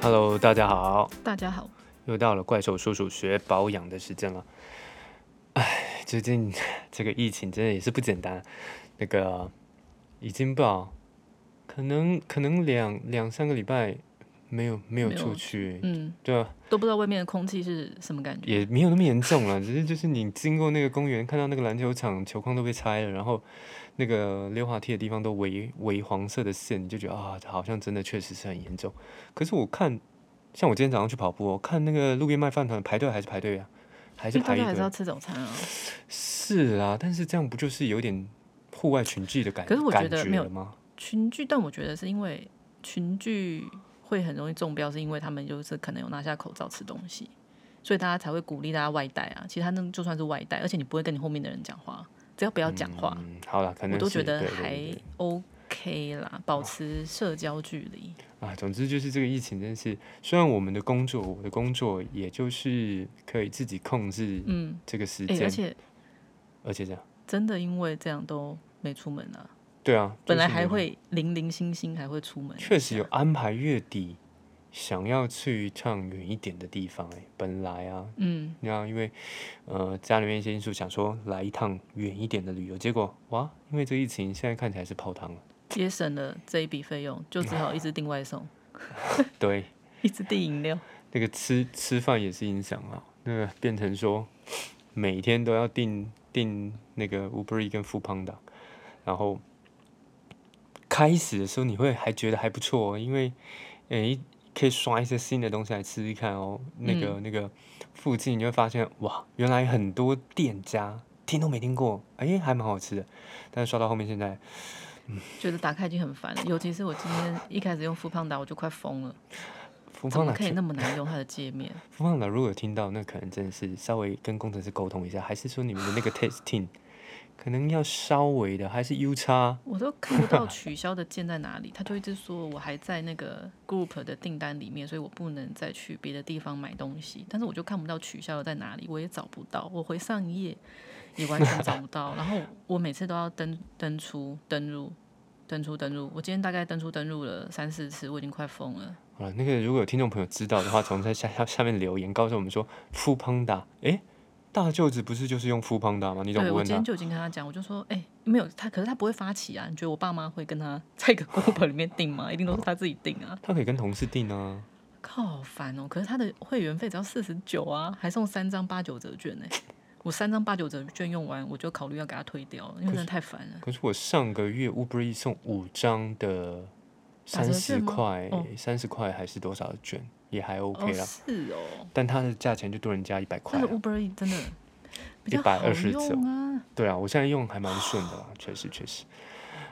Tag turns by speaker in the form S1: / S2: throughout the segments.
S1: Hello，大家好，
S2: 大家好，
S1: 又到了怪兽叔叔学保养的时间了。哎，最近 这个疫情真的也是不简单，那个已经不好，可能可能两两三个礼拜没有没有
S2: 没有
S1: 出去，
S2: 嗯，
S1: 对啊，
S2: 都不知道外面的空气是什么感觉。
S1: 也没有那么严重了，只 是就是你经过那个公园，看到那个篮球场球框都被拆了，然后那个溜滑梯的地方都围围黄色的线，你就觉得啊，好像真的确实是很严重。可是我看，像我今天早上去跑步、哦，看那个路边卖饭团排队还是排队啊，还是
S2: 因为大
S1: 排一
S2: 家还是要
S1: 堆。
S2: 吃早餐啊。
S1: 是啊，但是这样不就是有点户外群聚的感
S2: 可是我觉
S1: 感
S2: 得
S1: 觉
S2: 没有
S1: 了吗？
S2: 群聚，但我觉得是因为群聚会很容易中标，是因为他们就是可能有拿下口罩吃东西，所以大家才会鼓励大家外带啊。其实他那就算是外带，而且你不会跟你后面的人讲话，只要不要讲话，
S1: 嗯，好了，可能
S2: 我都
S1: 是
S2: 觉得
S1: 对对
S2: 还
S1: 对
S2: OK 啦，保持社交距离。
S1: 啊，总之就是这个疫情真是，虽然我们的工作，我的工作也就是可以自己控制
S2: 嗯，
S1: 这个时
S2: 哎、
S1: 间，
S2: 而且
S1: 而且这样，
S2: 真的因为这样都没出门啊，
S1: 对啊，
S2: 本
S1: 就
S2: 来
S1: 是
S2: 还
S1: 你
S2: 会零零星星还会出门一下，
S1: 确实有安排月底想要去一趟远一点的地方、哎，本来啊，
S2: 嗯，
S1: 然后因为呃家里面一些因素，想说来一趟远一点的旅游，结果哇，因为这疫情现在看起来是泡汤了，
S2: 节省了这一笔费用，就只好一直订外送，
S1: 对，
S2: 啊 一直订饮料。
S1: 那个吃吃饭也是影响啊，那个变成说每天都要订订那个 Uber E 跟 f o o p a n d a 然后开始的时候你会还觉得还不错、哦，因为诶、可以刷一些新的东西来吃吃看哦。那个、那个附近你会发现哇，原来很多店家听都没听过，诶、还蛮好吃的。但是刷到后面现在
S2: 觉得打开已经很烦了，尤其是我今天一开始用富胖达，我就快疯了，
S1: f o o p a
S2: 怎么
S1: n
S2: 可
S1: d
S2: 以
S1: a
S2: 那么难用它的界 面？
S1: f o o p a n d a 如果有听到，那可能真的是稍微跟工程师沟通一下，还是说你们的那个 test team 可能要稍微的，还是 U 叉
S2: 我都看不到取消的键在哪里，他就一直说我还在那个 group 的订单里面，所以我不能再去别的地方买东西，但是我就看不到取消的在哪里，我也找不到，我回上一页也完全找不 到，然后我每次都要登登出登入。登出登入，我今天大概登出登入了三四次，我已经快疯了。
S1: 啊？那个如果有听众朋友知道的话，从在下下下面留言告诉我们说 f o o p a n d a 诶，大舅子不是就是用 f o o p a n d a 吗？你怎么
S2: 对，
S1: 不
S2: 我
S1: 问啊
S2: 今
S1: 他
S2: 天？就已经跟他讲，我就说，哎、没有他，可是他不会发起啊。你觉得我爸妈会跟他在一个 group 里面订吗？一定都是他自己订啊。
S1: 他可以跟同事订啊。
S2: 靠，好烦哦。可是他的会员费只要四十九啊，还送三张八九折券呢、我三张八九折券用完，我就考虑要给他退掉了，因为真的太烦了。
S1: 可是我上个月 Uber E 送五张的
S2: 打
S1: 三
S2: 折
S1: 十
S2: 券吗
S1: 块
S2: 哦，
S1: 三十块还是多少的券，也还 OK 啦。
S2: 哦，是哦，
S1: 但它的价钱就多人家一百块啊
S2: 但是。Uber Eats 真的比较好
S1: 129
S2: 用啊。
S1: 对啊，我现在用还蛮顺的啦，确实确实。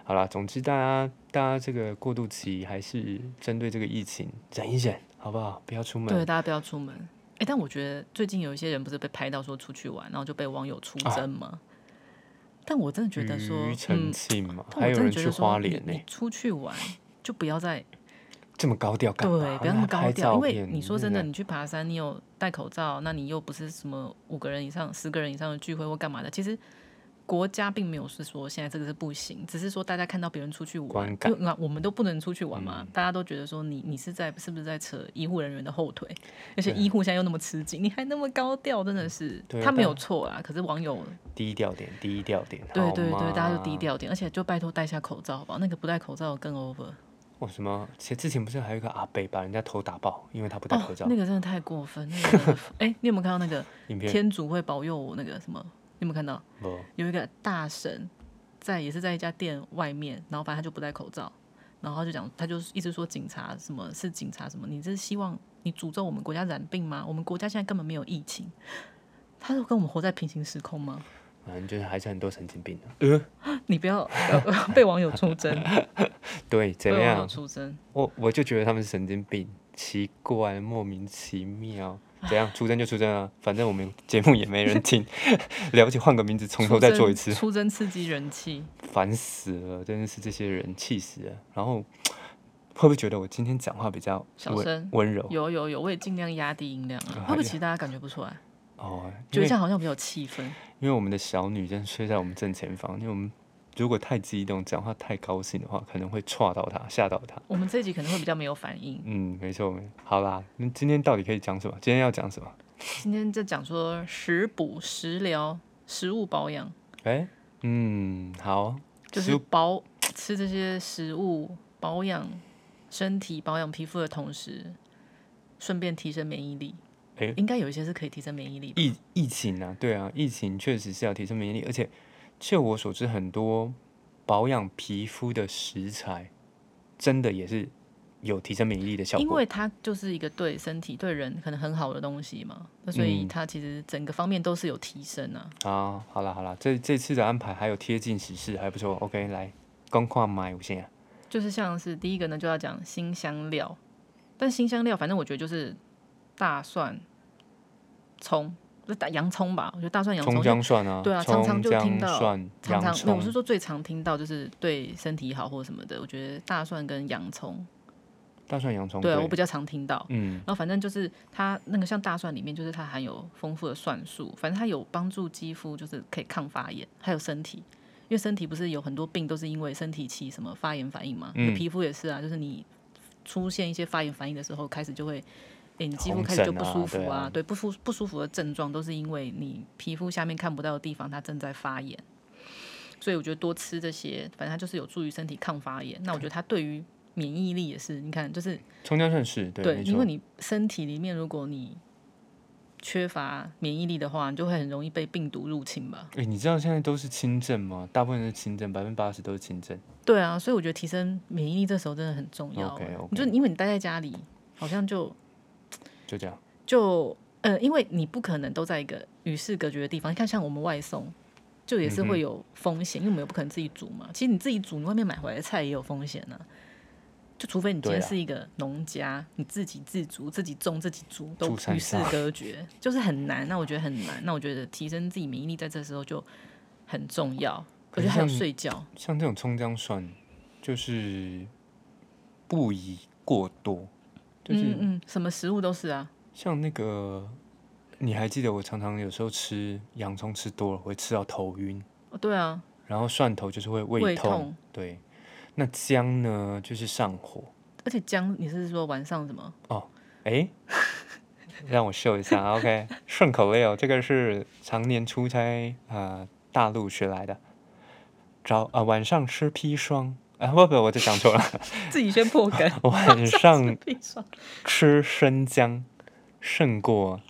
S1: 好啦，总之大家大家这个过渡期还是针对这个疫情忍一忍，好不好？不要出门。
S2: 对，大家不要出门。哎、但我觉得最近有一些人不是被拍到说出去玩，然后就被网友出
S1: 啊
S2: 征吗？但我真的觉得说，
S1: 庾
S2: 嗯
S1: 澄，庆嘛，
S2: 但
S1: 还
S2: 我
S1: 有
S2: 真的
S1: 人
S2: 觉
S1: 去
S2: 得
S1: 花
S2: 说，你
S1: 莲呢、
S2: 你出去玩就不要再
S1: 这么高调干嘛？
S2: 对，不要那么高
S1: 拍
S2: 调，
S1: 照
S2: 因为
S1: 片嗯
S2: 你说真
S1: 那
S2: 的，
S1: 个
S2: 你去爬山，你有戴口罩，那你又不是什么五个人以上、十个人以上的聚会或干嘛的，其实。国家并没有是说现在这个是不行，只是说大家看到别人出去玩，
S1: 观感嗯
S2: 因为我们都不能出去玩嘛，大家都觉得说你你是在是不是在扯医护人员的后腿，而且医护现在又那么吃紧，你还那么高调，真的是
S1: 对啊
S2: 他没
S1: 但
S2: 有错啦，可是网友
S1: 低调点，低调点，
S2: 对
S1: 好
S2: 对对，大家就
S1: 吗
S2: 低。调点，而且就拜托戴下口罩好不好？那个不戴口罩更 over。
S1: 哦，什么？前之前不是还有一个阿伯把人家头打爆，因为他不戴口罩。
S2: 哦，那个真的太过分。那个真 的哎、你有没有看到那 个
S1: 影片
S2: 天主会保佑我那个什么？你有没有看到
S1: 不，
S2: 有一个大神在也是在一家店外面，然后反正他就不戴口罩，然后他就讲他就一直说警察什么是警察什么，你这是希望你诅咒我们国家染病吗？我们国家现在根本没有疫情，他是跟我们活在平行时空吗？
S1: 反正就是还是很多神经病的。呃，
S2: 你不要、 呃、被网友出征，
S1: 对， 怎
S2: 被
S1: 么
S2: 网
S1: 样
S2: 友？出征，
S1: 我我就觉得他们是神经病，奇怪，莫名其妙。怎样出征就出征啊，反正我们节目也没人听， 了解换个名字，从头再做一次，
S2: 出征刺激人气。
S1: 烦死了，真的是这些人气死了。然后会不会觉得我今天讲话比较
S2: 小
S1: 温
S2: 声
S1: 温柔？
S2: 有有有，我也尽量压低音量
S1: 啊
S2: 啊，会不会其实大家感觉不出来？
S1: 哦，
S2: 觉
S1: 因
S2: 得
S1: 为
S2: 这样好像比较有气氛。
S1: 因为我们的小女生睡在我们正前方，因为我们如果太激动，讲话太高兴的话，可能会踹到他，吓到他。
S2: 我们这一集可能会比较没有反应。
S1: 嗯，没错，没错。好啦，那今天到底可以讲什么？今天要讲什么？
S2: 今天就讲说食补、食疗、食物保养，
S1: 哎、嗯，好，
S2: 就是
S1: 食
S2: 保吃这些食物保养身体、保养皮肤的同时，顺便提升免疫力。
S1: 哎
S2: 应该有一些是可以提升免疫力吧。
S1: 疫疫情啊，对啊，疫情确实是要提升免疫力，而且就我所知，很多保养皮肤的食材，真的也是有提升免疫力的效
S2: 因
S1: 果。
S2: 为它就是一个对身体、对人可能很好的东西嘛，那所以
S1: 嗯
S2: 它其实整个方面都是有提升啊。
S1: 啊，好啦好啦，这这次的安排还有贴近时事，还不错。OK，来，光跨买五线啊，
S2: 就是像是第一个呢，就要讲新香料，但新香料反正我觉得就是大蒜、葱，不是大洋葱吧？我觉得大蒜、洋
S1: 葱
S2: 葱
S1: 姜蒜啊，
S2: 对啊
S1: 葱
S2: 常常就
S1: 姜
S2: 听到
S1: 蒜、
S2: 常
S1: 洋
S2: 常，没有我
S1: 葱
S2: 是，说最常听到就是对身体好或什么的，我觉得大蒜跟洋葱，
S1: 大蒜、洋葱，
S2: 对啊，我
S1: 对，
S2: 比较常听到。
S1: 嗯，
S2: 然后反正就是它那个像大蒜里面，就是它含有丰富的蒜素，反正它有帮助肌肤，就是可以抗发炎，还有身体，因为身体不是有很多病都是因为身体期什么发炎反应嘛，你的
S1: 嗯
S2: 皮肤也是啊，就是你出现一些发炎反应的时候，开始就会。诶你肌肤
S1: 红
S2: 开始就
S1: 疹
S2: 不
S1: 啊
S2: 舒服
S1: 对啊
S2: 对不舒不舒服的症状都是因为你皮肤下面看不到的地方它正在发炎，所以我觉得多吃这些，反正它就是有助于身体抗发炎。那我觉得它对于免疫力也是，你看就是
S1: 葱姜蒜是对，
S2: 对，
S1: 没
S2: 因
S1: 错
S2: 为，你身体里面如果你缺乏免疫力的话，你就会很容易被病毒入侵吧。
S1: 哎、你知道现在都是轻症吗？大部分是轻症，百分之八十都是轻症。
S2: 对啊，所以我觉得提升免疫力这时候真的很重要啊。
S1: OK，OK
S2: 你就因为你待在家里，好像就
S1: 就这样，
S2: 就呃，因为你不可能都在一个与世隔绝的地方。你看，像我们外送，就也是会有风险，因为我们又不可能自己煮嘛。其实你自己煮，你外面买回来的菜也有风险啊。就除非你今天
S1: 对啊
S2: 是一个农家，你自己自足、自己种、自己煮，都
S1: 住山
S2: 与世
S1: 上
S2: 隔 绝，就是很难。那我觉得很难。那我觉得提升自己免疫力在这时候就很重要。我
S1: 可是
S2: 觉得还有
S1: 像
S2: 睡觉，
S1: 像这种葱姜蒜，就是不宜过多，就是
S2: 嗯嗯，什么食物都是啊。
S1: 像那个，你还记得我常常有时候吃洋葱吃多了会吃到头晕，
S2: 哦对啊，
S1: 然后蒜头就是会
S2: 胃
S1: 痛。
S2: 痛
S1: 对，那姜呢就是上火。
S2: 而且姜，你是说晚上什么？
S1: 哎， 让我秀一下，OK，顺口溜，这个是常年出差啊、呃大陆学来的。早啊、晚上吃砒霜啊、不不，我就讲错 了，
S2: 自己先 破梗，
S1: 晚 上
S2: 砒霜。
S1: 吃生姜胜过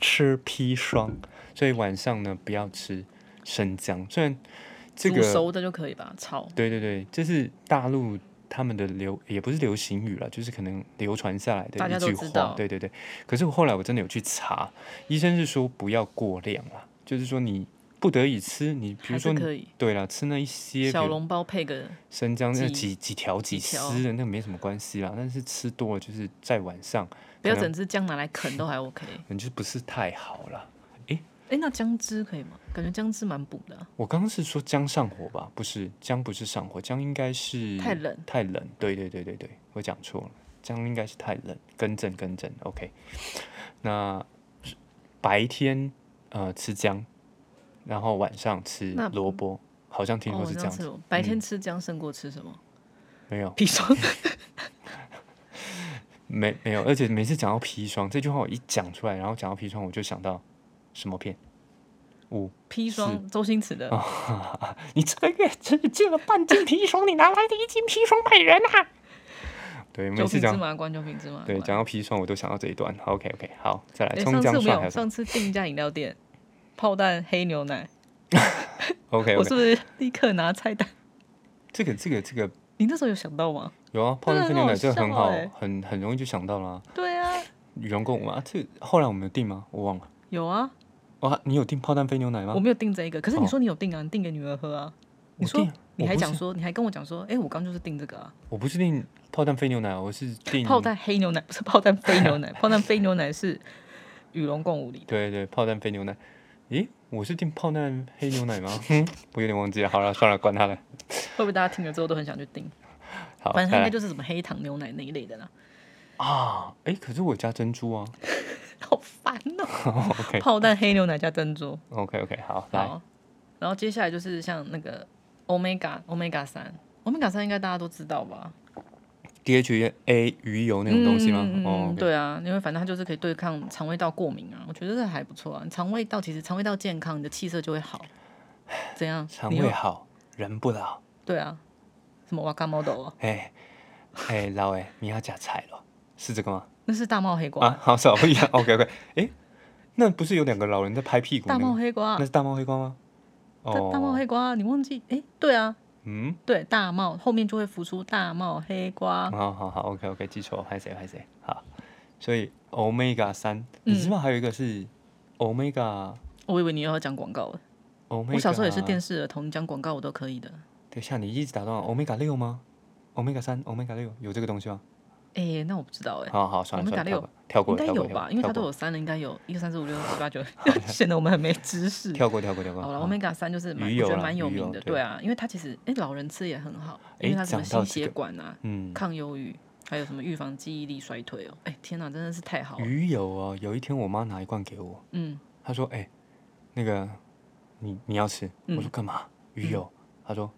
S1: 吃砒霜，所以晚上呢不要吃生姜。虽然这
S2: 煮
S1: 个
S2: 熟的就可以吧，炒。
S1: 对对对，这是大陆他们的流也不是流行语了，就是可能流传下来
S2: 大
S1: 的
S2: 家
S1: 一
S2: 都
S1: 句
S2: 知
S1: 话
S2: 道。
S1: 对对对，可是我后来我真的有去查，医生是说不要过量啊，就是说你不得已吃，你比
S2: 还
S1: 如
S2: 是
S1: 说你
S2: 可以。
S1: 对了，吃那一些比
S2: 小
S1: 如
S2: 笼包配个
S1: 生姜那
S2: 几
S1: 几几条几
S2: 几条
S1: 丝的那没什么关系啦，但是吃多了就是在晚上
S2: 不要
S1: 可能
S2: 整只姜拿来啃都 还 OK。
S1: 可能就不是太好了。
S2: 哎，那姜汁可以吗？感觉姜汁蛮补的啊、
S1: 我刚刚是说姜上火吧？不是，姜不是上火，姜应该是
S2: 太冷。
S1: 太冷，对对对对对，我讲错了，姜应该是太冷，更正更正，OK。那白天呃吃姜，然后晚上吃
S2: 那
S1: 萝卜，好像听
S2: 哦，
S1: 说
S2: 我
S1: 是这
S2: 上
S1: 样
S2: 次
S1: 子，嗯
S2: 有白天吃姜胜过吃什么？
S1: 没有
S2: 砒霜。
S1: 没没有，而且每次讲到砒霜这句话，我一讲出来，然后讲到砒霜，我就想到什么片？五，
S2: 砒霜，周星驰的。
S1: 哦 你这个月只进了半斤砒霜，你拿来的一斤砒霜配人啊！ 对，每
S2: 九
S1: 次
S2: 品
S1: 讲
S2: 芝麻官，九品芝麻官。
S1: 对，讲到砒霜，我都想到这一段。OK OK，好，再来
S2: 诶
S1: 葱
S2: 上次
S1: 姜
S2: 我
S1: 蒜
S2: 们
S1: 还
S2: 有
S1: 有什么
S2: 上次订一家饮料店，炮弹黑牛奶，
S1: ？OK
S2: 我
S1: OK，
S2: 是不是立刻拿菜单？
S1: 这个这个这个
S2: 你那时候有想到吗？
S1: 有啊，泡
S2: 真
S1: 面
S2: 的
S1: 配牛奶这
S2: 很好
S1: 个很好
S2: 笑欸，
S1: 很很容易就想到了、啊。
S2: 对啊，
S1: 羽绒购物啊，这后来我们有订吗？我忘了。
S2: 有啊，
S1: 哇，你有订泡蛋飞牛奶吗
S2: 我？没有订这一个，可是
S1: 哦
S2: 你说你有订啊，你订给女儿喝啊。你
S1: 我
S2: 说
S1: 订，
S2: 你
S1: 我
S2: 还
S1: 不
S2: 讲
S1: 是
S2: 说，你还跟我讲说，哎，我刚就是订这个啊。
S1: 我不是订泡蛋飞牛奶，我是订
S2: 炮弹黑牛奶不是炮弹 非牛奶，炮弹非牛奶是与龙共舞里的。
S1: 对对泡蛋飞牛奶。咦，我是订泡蛋黑牛 奶吗？哼，我有点忘记了。好了，算了，管他了。
S2: 会不会大家听了之后都很想去订？
S1: 好，
S2: 反正它
S1: 再
S2: 应
S1: 来
S2: 该就是什么黑糖牛奶那一类的啦。
S1: 啊，哎，可是我加珍珠啊。
S2: 好烦哦、
S1: OK
S2: 炮弹黑牛奶加珍珠。
S1: OK OK，好，来，
S2: 好，然后接下来就是像那个 omega omega 三，omega 三应该大家都知道吧？
S1: DHA 鱼油那种东西吗？
S2: 嗯嗯嗯
S1: 哦，OK，
S2: 对啊，因为反正它就是可以对抗肠胃道过敏啊，我觉得这还不错啊。肠胃道其实肠胃道健康，你的气色就会好。怎样？
S1: 肠
S2: 你
S1: 胃
S2: 有
S1: 好，人不老。
S2: 对啊，什么瓦嘎 model 啊？
S1: 哎、哎、老哎，你要加菜了，是这个吗？
S2: 那是大帽黑瓜，
S1: 啊，好，是啊，不一样。OK OK，哎、那不是有两个老人在拍屁股那
S2: 大
S1: 个
S2: 帽黑瓜
S1: 那，是大帽黑瓜吗？
S2: 大大帽
S1: 哦，
S2: 黑瓜，你忘记？哎，对啊，
S1: 嗯，
S2: 对，大帽后面就会浮出大帽黑瓜。
S1: 好好好，OK OK，记错，拍谁拍谁，好。所以 omega 三，你
S2: 嗯
S1: 知道还有一个是 omega，,
S2: 我以为你又要讲广告了，
S1: omega
S2: 我小时候也是电视儿童，你讲广告我都可以的。
S1: 等一下，你一直打断我 omega 六吗？omega 三、omega 六有这个东西吗？
S2: 哎，那我不知道哎。
S1: 好好，算了
S2: omega
S1: 算了，跳
S2: 六
S1: 过跳
S2: 应
S1: 过，跳
S2: 该有
S1: 过
S2: 吧，因为它
S1: 跳
S2: 都
S1: 过
S2: 有三了，应该有一二三四五六七八九， 显得我们很没知识。
S1: 跳过跳过跳过。
S2: 好了
S1: 好
S2: ，omega 三就是蛮
S1: 鱼
S2: 我觉
S1: 油
S2: 得
S1: 啦
S2: 蛮有
S1: 鱼
S2: 名
S1: 油
S2: 的，
S1: 对
S2: 对啊，因为它其实哎老人吃也很好，
S1: 诶
S2: 因为它什么
S1: 讲到
S2: 心
S1: 这
S2: 血
S1: 个
S2: 管啊、
S1: 嗯，
S2: 抗忧郁，还有什么预防记忆力衰退哦，哎天哪，真的是太好了，
S1: 鱼油哦，有一天我妈拿一罐给我，
S2: 嗯
S1: 她说：“哎、那个你你要吃？”
S2: 嗯
S1: 我说：“干嘛？鱼油？”她说：“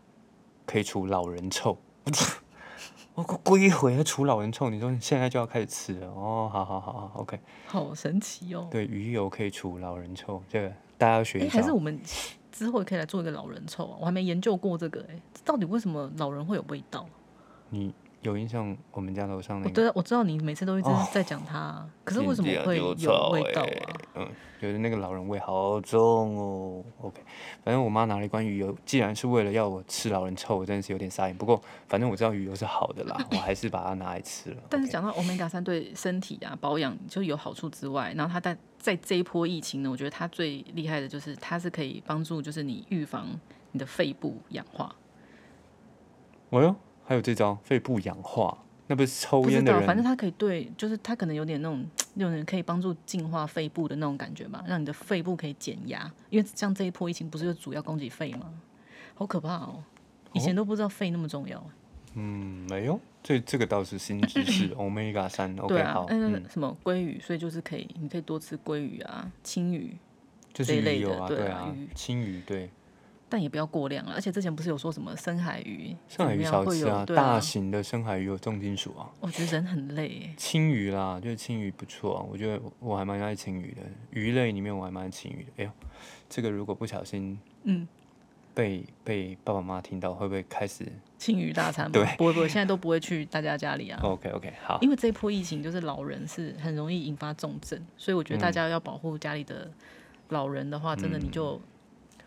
S1: 可以除老人臭。” 我过过一会儿除老人臭，你说你现在就要开始吃了哦？好好好好，OK。
S2: 好神奇哦，
S1: 对，鱼油可以除老人臭，这个大家要学
S2: 哎
S1: 一下
S2: 还。是我们 之后也可以来做一个老人臭啊，我还没研究过这个哎，到底为什么老人会有味道？啊
S1: 你有印象？我们家楼上那
S2: 我
S1: 个
S2: 对啊我知道你每次都一直
S1: 嗯哦
S2: 在讲它啊，可是
S1: 店
S2: 为什么
S1: 家
S2: 会有
S1: 就臭
S2: 味道
S1: 欸
S2: 啊？
S1: 嗯，就是那个老人味好重哦。OK，反正我妈拿了一罐鱼油，既然是为了要我吃老人臭，我真的是有点傻眼。不过反正我知道鱼油是好的 啦，我还是把它拿来吃了。
S2: 但是
S1: OK
S2: 讲到 omega 三对身体啊保养就有好处之外，然后它在在这一波疫情呢，我觉得它最厉害的就是它是可以帮助就是你预防你的肺部氧化，
S1: 哎呦，还有这招肺部氧化，那不是抽
S2: 不知
S1: 烟的
S2: 道，
S1: 人
S2: 反正它可以对，就是它可能有点那种有点可以帮助净化肺部的那种感觉吧，让你的肺部可以减压，因为像这一波疫情不是就主要攻击肺吗？好可怕哦！以前都不知道肺那么重要，
S1: 嗯，没有，这这个倒是新知 识，omega 三。
S2: 对
S1: OK，
S2: 啊
S1: 好，，
S2: 嗯、
S1: 嗯，
S2: 什么鲑鱼，所以就是可以，你可以多吃鲑鱼啊、青鱼，
S1: 就是
S2: 这
S1: 鱼
S2: 一类
S1: 油
S2: 的
S1: 啊，
S2: 对
S1: 对
S2: 啊
S1: 啊
S2: 鱼，
S1: 青鱼对，
S2: 但也不要过量啊了。而且之前不是有说什么深海鱼，
S1: 深海
S2: 怎
S1: 鱼
S2: 么样
S1: 少
S2: 会
S1: 吃
S2: 有
S1: 啊，
S2: 对
S1: 大型的深海鱼有重金属啊。
S2: 我觉得人很累耶，
S1: 青鱼啦，就是青鱼不错、啊，我觉得我还蛮爱青鱼的。鱼类里面我还蛮爱青鱼的。哎呦，这个如果不小心
S2: 嗯，
S1: 被被爸爸妈妈听到，会不会开始、
S2: 青鱼大餐嘛，
S1: 对
S2: 不会不会，现在都不会去大家家里啊。
S1: o k OK，好，
S2: 因为这一波疫情，就是老人是很容易引发重症，所以我觉
S1: 嗯
S2: 得大家要保护家里的老人的话，真的你就
S1: 嗯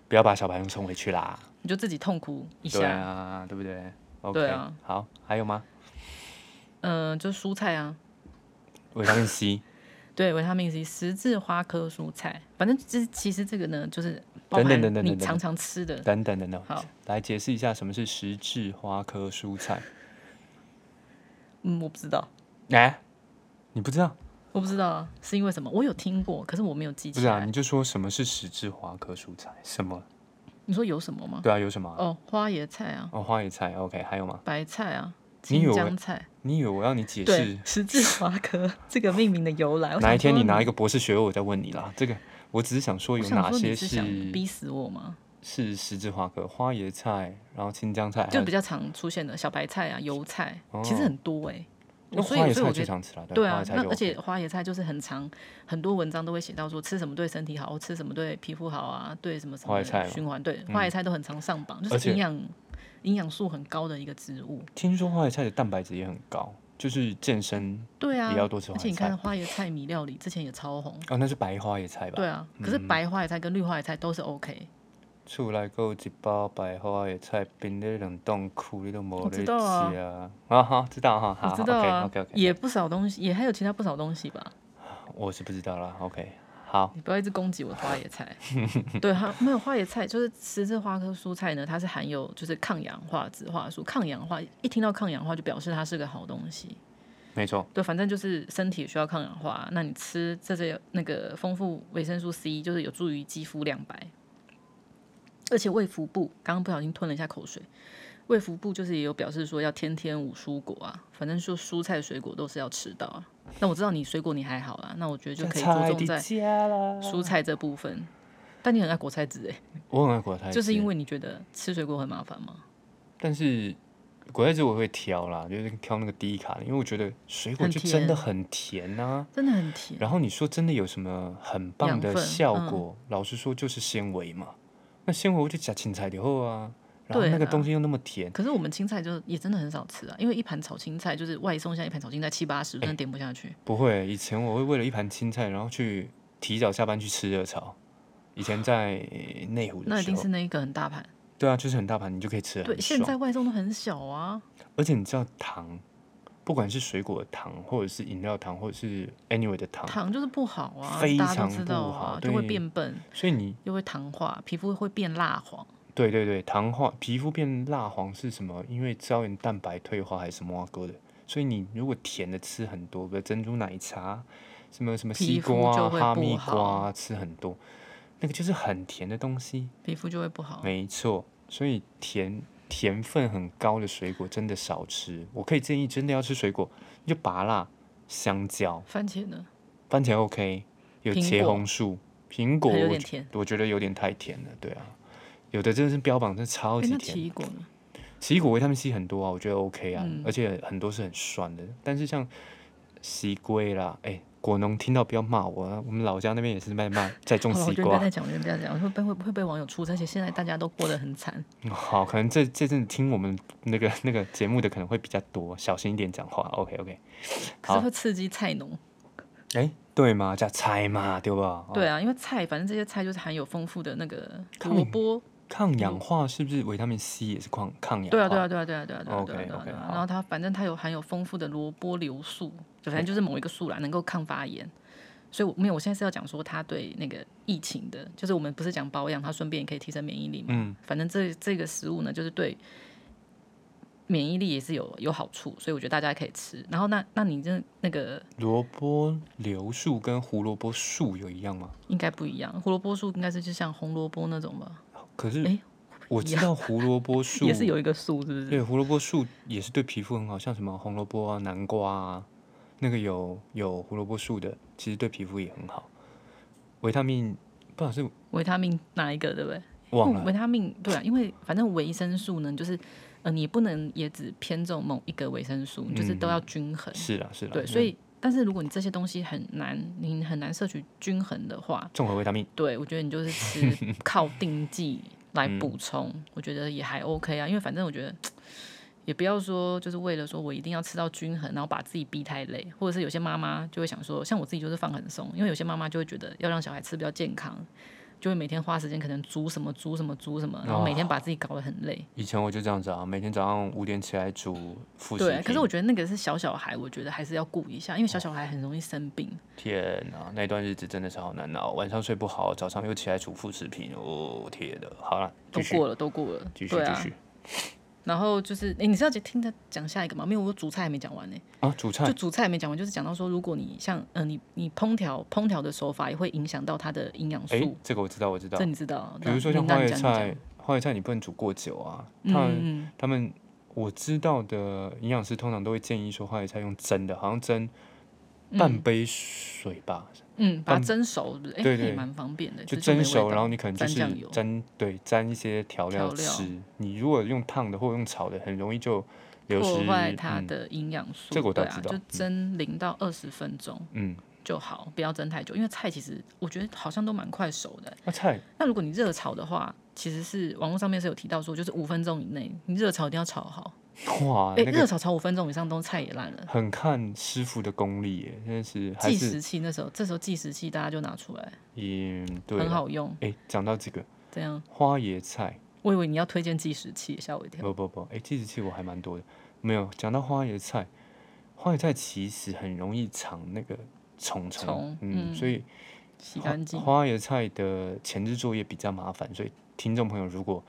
S1: 不要把小白龙送回去啦。
S2: 你就自己痛苦一
S1: 对
S2: 下，
S1: 啊，对不对？OK，
S2: 对啊
S1: 好，还有吗？
S2: 嗯、就蔬菜啊，
S1: 维他命 C，
S2: 对，维他命 C，十字花科蔬菜，反正这其实这个呢，就是包
S1: 等等
S2: 含
S1: 等等
S2: 你
S1: 等等
S2: 常常吃的
S1: 等等等等，
S2: 好，
S1: 来解释一下什么是十字花科蔬菜。
S2: 嗯，我不知道，
S1: 哎、你不知道？
S2: 我不知道啊，是因为什么？我有听过，可是我没有记
S1: 不
S2: 起
S1: 是
S2: 来。
S1: 啊，你就说什么是十字花科蔬菜？什么？
S2: 你说有什么吗？
S1: 对啊，有什么啊？
S2: 哦，花椰菜啊，
S1: 哦，花椰菜，OK，还有吗？
S2: 白菜啊，
S1: 你以
S2: 青
S1: 为
S2: 江菜，
S1: 你以为我要你解释
S2: 对，十字花科 这个命名的由来。我
S1: 哪一
S2: 想
S1: 天
S2: 说
S1: 你拿一个博士学位，我再问你啦。这个我只是想说
S2: 我
S1: 有
S2: 想
S1: 哪
S2: 说
S1: 些
S2: 你是想
S1: 是
S2: 逼死我吗？
S1: 是十字花科，花椰菜，然后青江菜，还
S2: 就
S1: 有
S2: 比较常出现的小白菜啊、油菜，
S1: 哎哦
S2: 其实很多哎、
S1: 那
S2: 我所以
S1: 花椰
S2: 所以
S1: 菜最
S2: 我觉得。
S1: 常吃了，
S2: 对
S1: 花
S2: 啊
S1: 椰，菜
S2: 那
S1: 就
S2: 而且花椰菜就是很常，很多文章都会写到说吃什么对身体好，吃什么对皮肤好啊，对什么什
S1: 花
S2: 么
S1: 椰菜嘛嗯
S2: 循环，对花椰菜都很常上榜，就
S1: 而
S2: 是
S1: 且
S2: 营养营养素很高的一个植物。
S1: 听说花椰菜的蛋白质也很高，就是健身
S2: 对啊，
S1: 也要多吃
S2: 而
S1: 花
S2: 且你
S1: 椰
S2: 看
S1: 菜。
S2: 花椰菜米料理之前也超红，
S1: 哦，那是白花椰菜吧？嗯
S2: 对啊，可是白花椰菜跟绿花椰菜都是 OK，
S1: 厝内搁有一包白花椰菜，冰咧冷冻库，你都无
S2: 我
S1: 咧
S2: 知
S1: 吃
S2: 道啊
S1: 啊！啊哈，知道哈，
S2: 我
S1: 好
S2: 知道啊
S1: OK OK，
S2: 也不少东西，也还有其他不少东西吧。
S1: 我是不知道啦，OK，好，
S2: 你不要一直攻击我的花椰菜。对，它没有花椰菜，就是十字花科蔬菜呢，它是含有就是抗氧化植化素。抗氧化一听到抗氧化就表示它是个好东西。
S1: 没错，
S2: 对，反正就是身体需要抗氧化，那你吃这些那个丰富维生素 C，就是有助于肌肤亮白。而且卫福部刚刚不小心吞了一下口水，卫福部就是也有表示说要天天五蔬果啊，反正说蔬菜水果都是要吃到啊。那我知道你水果你还好啦，那我觉得就可以着重在
S1: 家啦
S2: 蔬菜这部分。但你很爱果菜汁哎，
S1: 我很爱果菜汁，
S2: 就是因为你觉得吃水果很麻烦吗？
S1: 但是果菜汁我会挑啦，就是挑那个低卡的，因为我觉得水果
S2: 很
S1: 就
S2: 甜
S1: 真的很甜啊。
S2: 真的很甜，
S1: 然后你说真的有什么很棒
S2: 养
S1: 的
S2: 分
S1: 效
S2: 嗯
S1: 果？老实说，就是纤维嘛。那纤维我就加青菜的后啊，然后
S2: 对
S1: 那个
S2: 啦
S1: 东西又那么甜，
S2: 可是我们青菜就也真的很少吃啊，因为一盘炒青菜就是外送，现在一盘炒青菜七八
S1: 哎
S2: 十，真的点不下去。
S1: 不会。以前我会为了一盘青菜，然后去提早下班去吃热炒。以前在内湖
S2: 那
S1: 的
S2: 一
S1: 时
S2: 定
S1: 候，
S2: 是那一个很大盘。
S1: 对啊，就是很大盘，你就可以吃得
S2: 对，
S1: 很
S2: 现
S1: 爽。
S2: 在外送都很小啊。
S1: 而且你知道糖，不管是水果的糖，或者是饮料糖，或者是 anyway 的糖，
S2: 糖就是不好啊，
S1: 非
S2: 大家
S1: 常
S2: 都知道
S1: 不好
S2: 啊，
S1: 对
S2: 就会变笨，
S1: 所以你
S2: 又会糖化，皮肤会变蜡黄。
S1: 对对对，糖化皮肤变蜡黄是什么？因为胶原蛋白退化还是什么啊哥的？所以你如果甜的吃很多，比如珍珠奶茶，什么什么西
S2: 皮肤
S1: 瓜、啊、
S2: 就会
S1: 哈
S2: 不
S1: 密
S2: 好
S1: 瓜啊，吃很多，那个就是很甜的东西。
S2: 皮肤就会不好。
S1: 没错，所以甜甜分很高的水果真的少吃。我可以建议，真的要吃水果，你就拔辣、香蕉、
S2: 番茄呢？
S1: 番茄 OK，有
S2: 苹
S1: 茄
S2: 果
S1: 红素、苹果，
S2: 还有
S1: 我
S2: 点
S1: 觉
S2: 甜
S1: 我觉得有点太甜了，对啊。有的真的是标榜，真的超
S2: 哎，
S1: 级
S2: 那
S1: 甜
S2: 奇。异果呢？
S1: 奇异果维他命 C 很多啊，我觉得 OK 啊，
S2: 嗯
S1: 而且很多是很酸的。但是像西龟啦，哎、果农听到不要骂我啊，我们老家那边也是在卖在种
S2: 好了，
S1: 西
S2: 我觉得不要
S1: 瓜
S2: 再。讲，我觉得不要再讲，会被会会被网友出征。而且现在大家都过得很惨，
S1: 嗯好，可能这这阵子听我们那个那个节目的可能会比较多，小心一点讲话。OK OK，
S2: 可是
S1: 好
S2: 会刺激菜农。
S1: 哎、对嘛，叫猜嘛，对吧？哦
S2: 对啊，因为菜，反正这些菜就是含有丰富的那个
S1: 抗
S2: 萝卜。
S1: 抗氧化是不是维他命 C 也是抗抗氧化？
S2: 嗯对啊，对啊，对啊，对啊，对啊，对啊，对
S1: 嗯
S2: 啊
S1: 哦 OK，
S2: 对啊
S1: OK，
S2: 对啊。
S1: 好
S2: 然后它反正它有含有丰富的萝卜硫素，就反正就是某一个素啦，能够抗发炎。所以我没有，我现在是要讲说它对那个疫情的，就是我们不是讲保养，它顺便也可以提升免疫力嘛。
S1: 嗯
S2: 反正这这个食物呢，就是对免疫力也是有有好处，所以我觉得大家可以吃。然后那那你这那个
S1: 萝卜硫素跟胡萝卜素有一样吗？
S2: 应该不一样，胡萝卜素应该是就像红萝卜那种吧，
S1: 可是
S2: 哎
S1: 我知道胡萝卜素
S2: 也是有一个素，是不是？
S1: 对，胡萝卜素也是对皮肤很好，像什么红萝卜啊、南瓜啊，那个有有胡萝卜素的，其实对皮肤也很好。维他命不知道是
S2: 维他命哪一个，对不对？
S1: 忘
S2: 嗯
S1: 了，
S2: 维他命，对啊，因为反正维生素呢，就是呃，你不能也只偏重某一个维生素，你就是都要均衡。
S1: 是啦嗯是啦。
S2: 对，所以但是如果你这些东西很难，你很难摄取均衡的话，
S1: 综合维他命
S2: 对我觉得你就是吃靠定剂来补充，我觉得也还 OK 啊，因为反正我觉得。也不要说，就是为了说我一定要吃到均衡，然后把自己逼太累，或者是有些妈妈就会想说，像我自己就是放很松，因为有些妈妈就会觉得要让小孩吃比较健康，就会每天花时间可能煮什么煮什么煮什么，然后每天把自己搞得很累。
S1: 以前我就这样子啊，每天早上五点起来煮副食
S2: 对，
S1: 品。
S2: 可是我觉得那个是小小孩，我觉得还是要顾一下，因为小小孩很容易生病。
S1: 天啊，那段日子真的是好难熬，晚上睡不好，早上又起来煮副食品，哦天的，好了，
S2: 都
S1: 继续
S2: 过了，都过了，
S1: 继续
S2: 对
S1: 继
S2: 啊。
S1: 续
S2: 然后就是，哎，你是要听他讲下一个吗？没有，我主菜还没讲完呢、
S1: 啊，煮
S2: 就
S1: 菜
S2: 主菜还没讲完，就是讲到说，如果你像呃，你你烹调烹调的手法也会影响到它的营养素，
S1: 哎，这个我知道我知道
S2: 这，你知道？
S1: 比如说
S2: 那
S1: 像
S2: 那
S1: 花椰
S2: 你讲你讲
S1: 菜，花椰菜你不能煮过久啊，
S2: 嗯
S1: 它。
S2: 嗯嗯，
S1: 他们我知道的营养师通常都会建议说花椰菜用蒸的，好像蒸半杯水吧，
S2: 嗯，把它
S1: 但
S2: 蒸熟，是不是？哎、
S1: 对
S2: 那也
S1: 对
S2: 蛮方便的，
S1: 就
S2: 这
S1: 蒸
S2: 没味
S1: 熟，
S2: 道
S1: 然后你可能就
S2: 沾
S1: 是
S2: 酱油
S1: 沾对沾一些调料
S2: 调料
S1: 吃。你如果用烫的或用炒的，很容易就流
S2: 破
S1: 失。
S2: 坏它
S1: 嗯
S2: 的营养素。
S1: 这个我倒
S2: 对啊
S1: 知道，
S2: 就
S1: 嗯
S2: 蒸零到二十分钟
S1: 嗯，
S2: 就好，不要蒸太久，因为菜其实我觉得好像都蛮快熟的。
S1: 那菜
S2: 那如果你热炒的话，其实是网络上面是有提到说，就是五分钟以内，你热炒一定要炒好。
S1: 哇，啊
S2: 哎、
S1: 那
S2: 热
S1: 个
S2: 炒炒五分钟以上，都菜也烂了。
S1: 很看师傅的功力耶，真的是还
S2: 计
S1: 是
S2: 时器那时候，这时候计时器大家就拿出来，
S1: 也对
S2: 很
S1: 了。
S2: 好用。
S1: 哎，讲到这个
S2: 这样，
S1: 花椰菜，
S2: 我以为你要推荐计时器，吓我一跳。
S1: 不不不，哎、计时器我还蛮多的。没有讲到花椰菜，花椰菜其实很容易藏那个虫
S2: 虫
S1: 嗯，所以
S2: 洗
S1: 花
S2: 干净，
S1: 花椰菜的前置作业比较麻烦，所以听众朋友如 果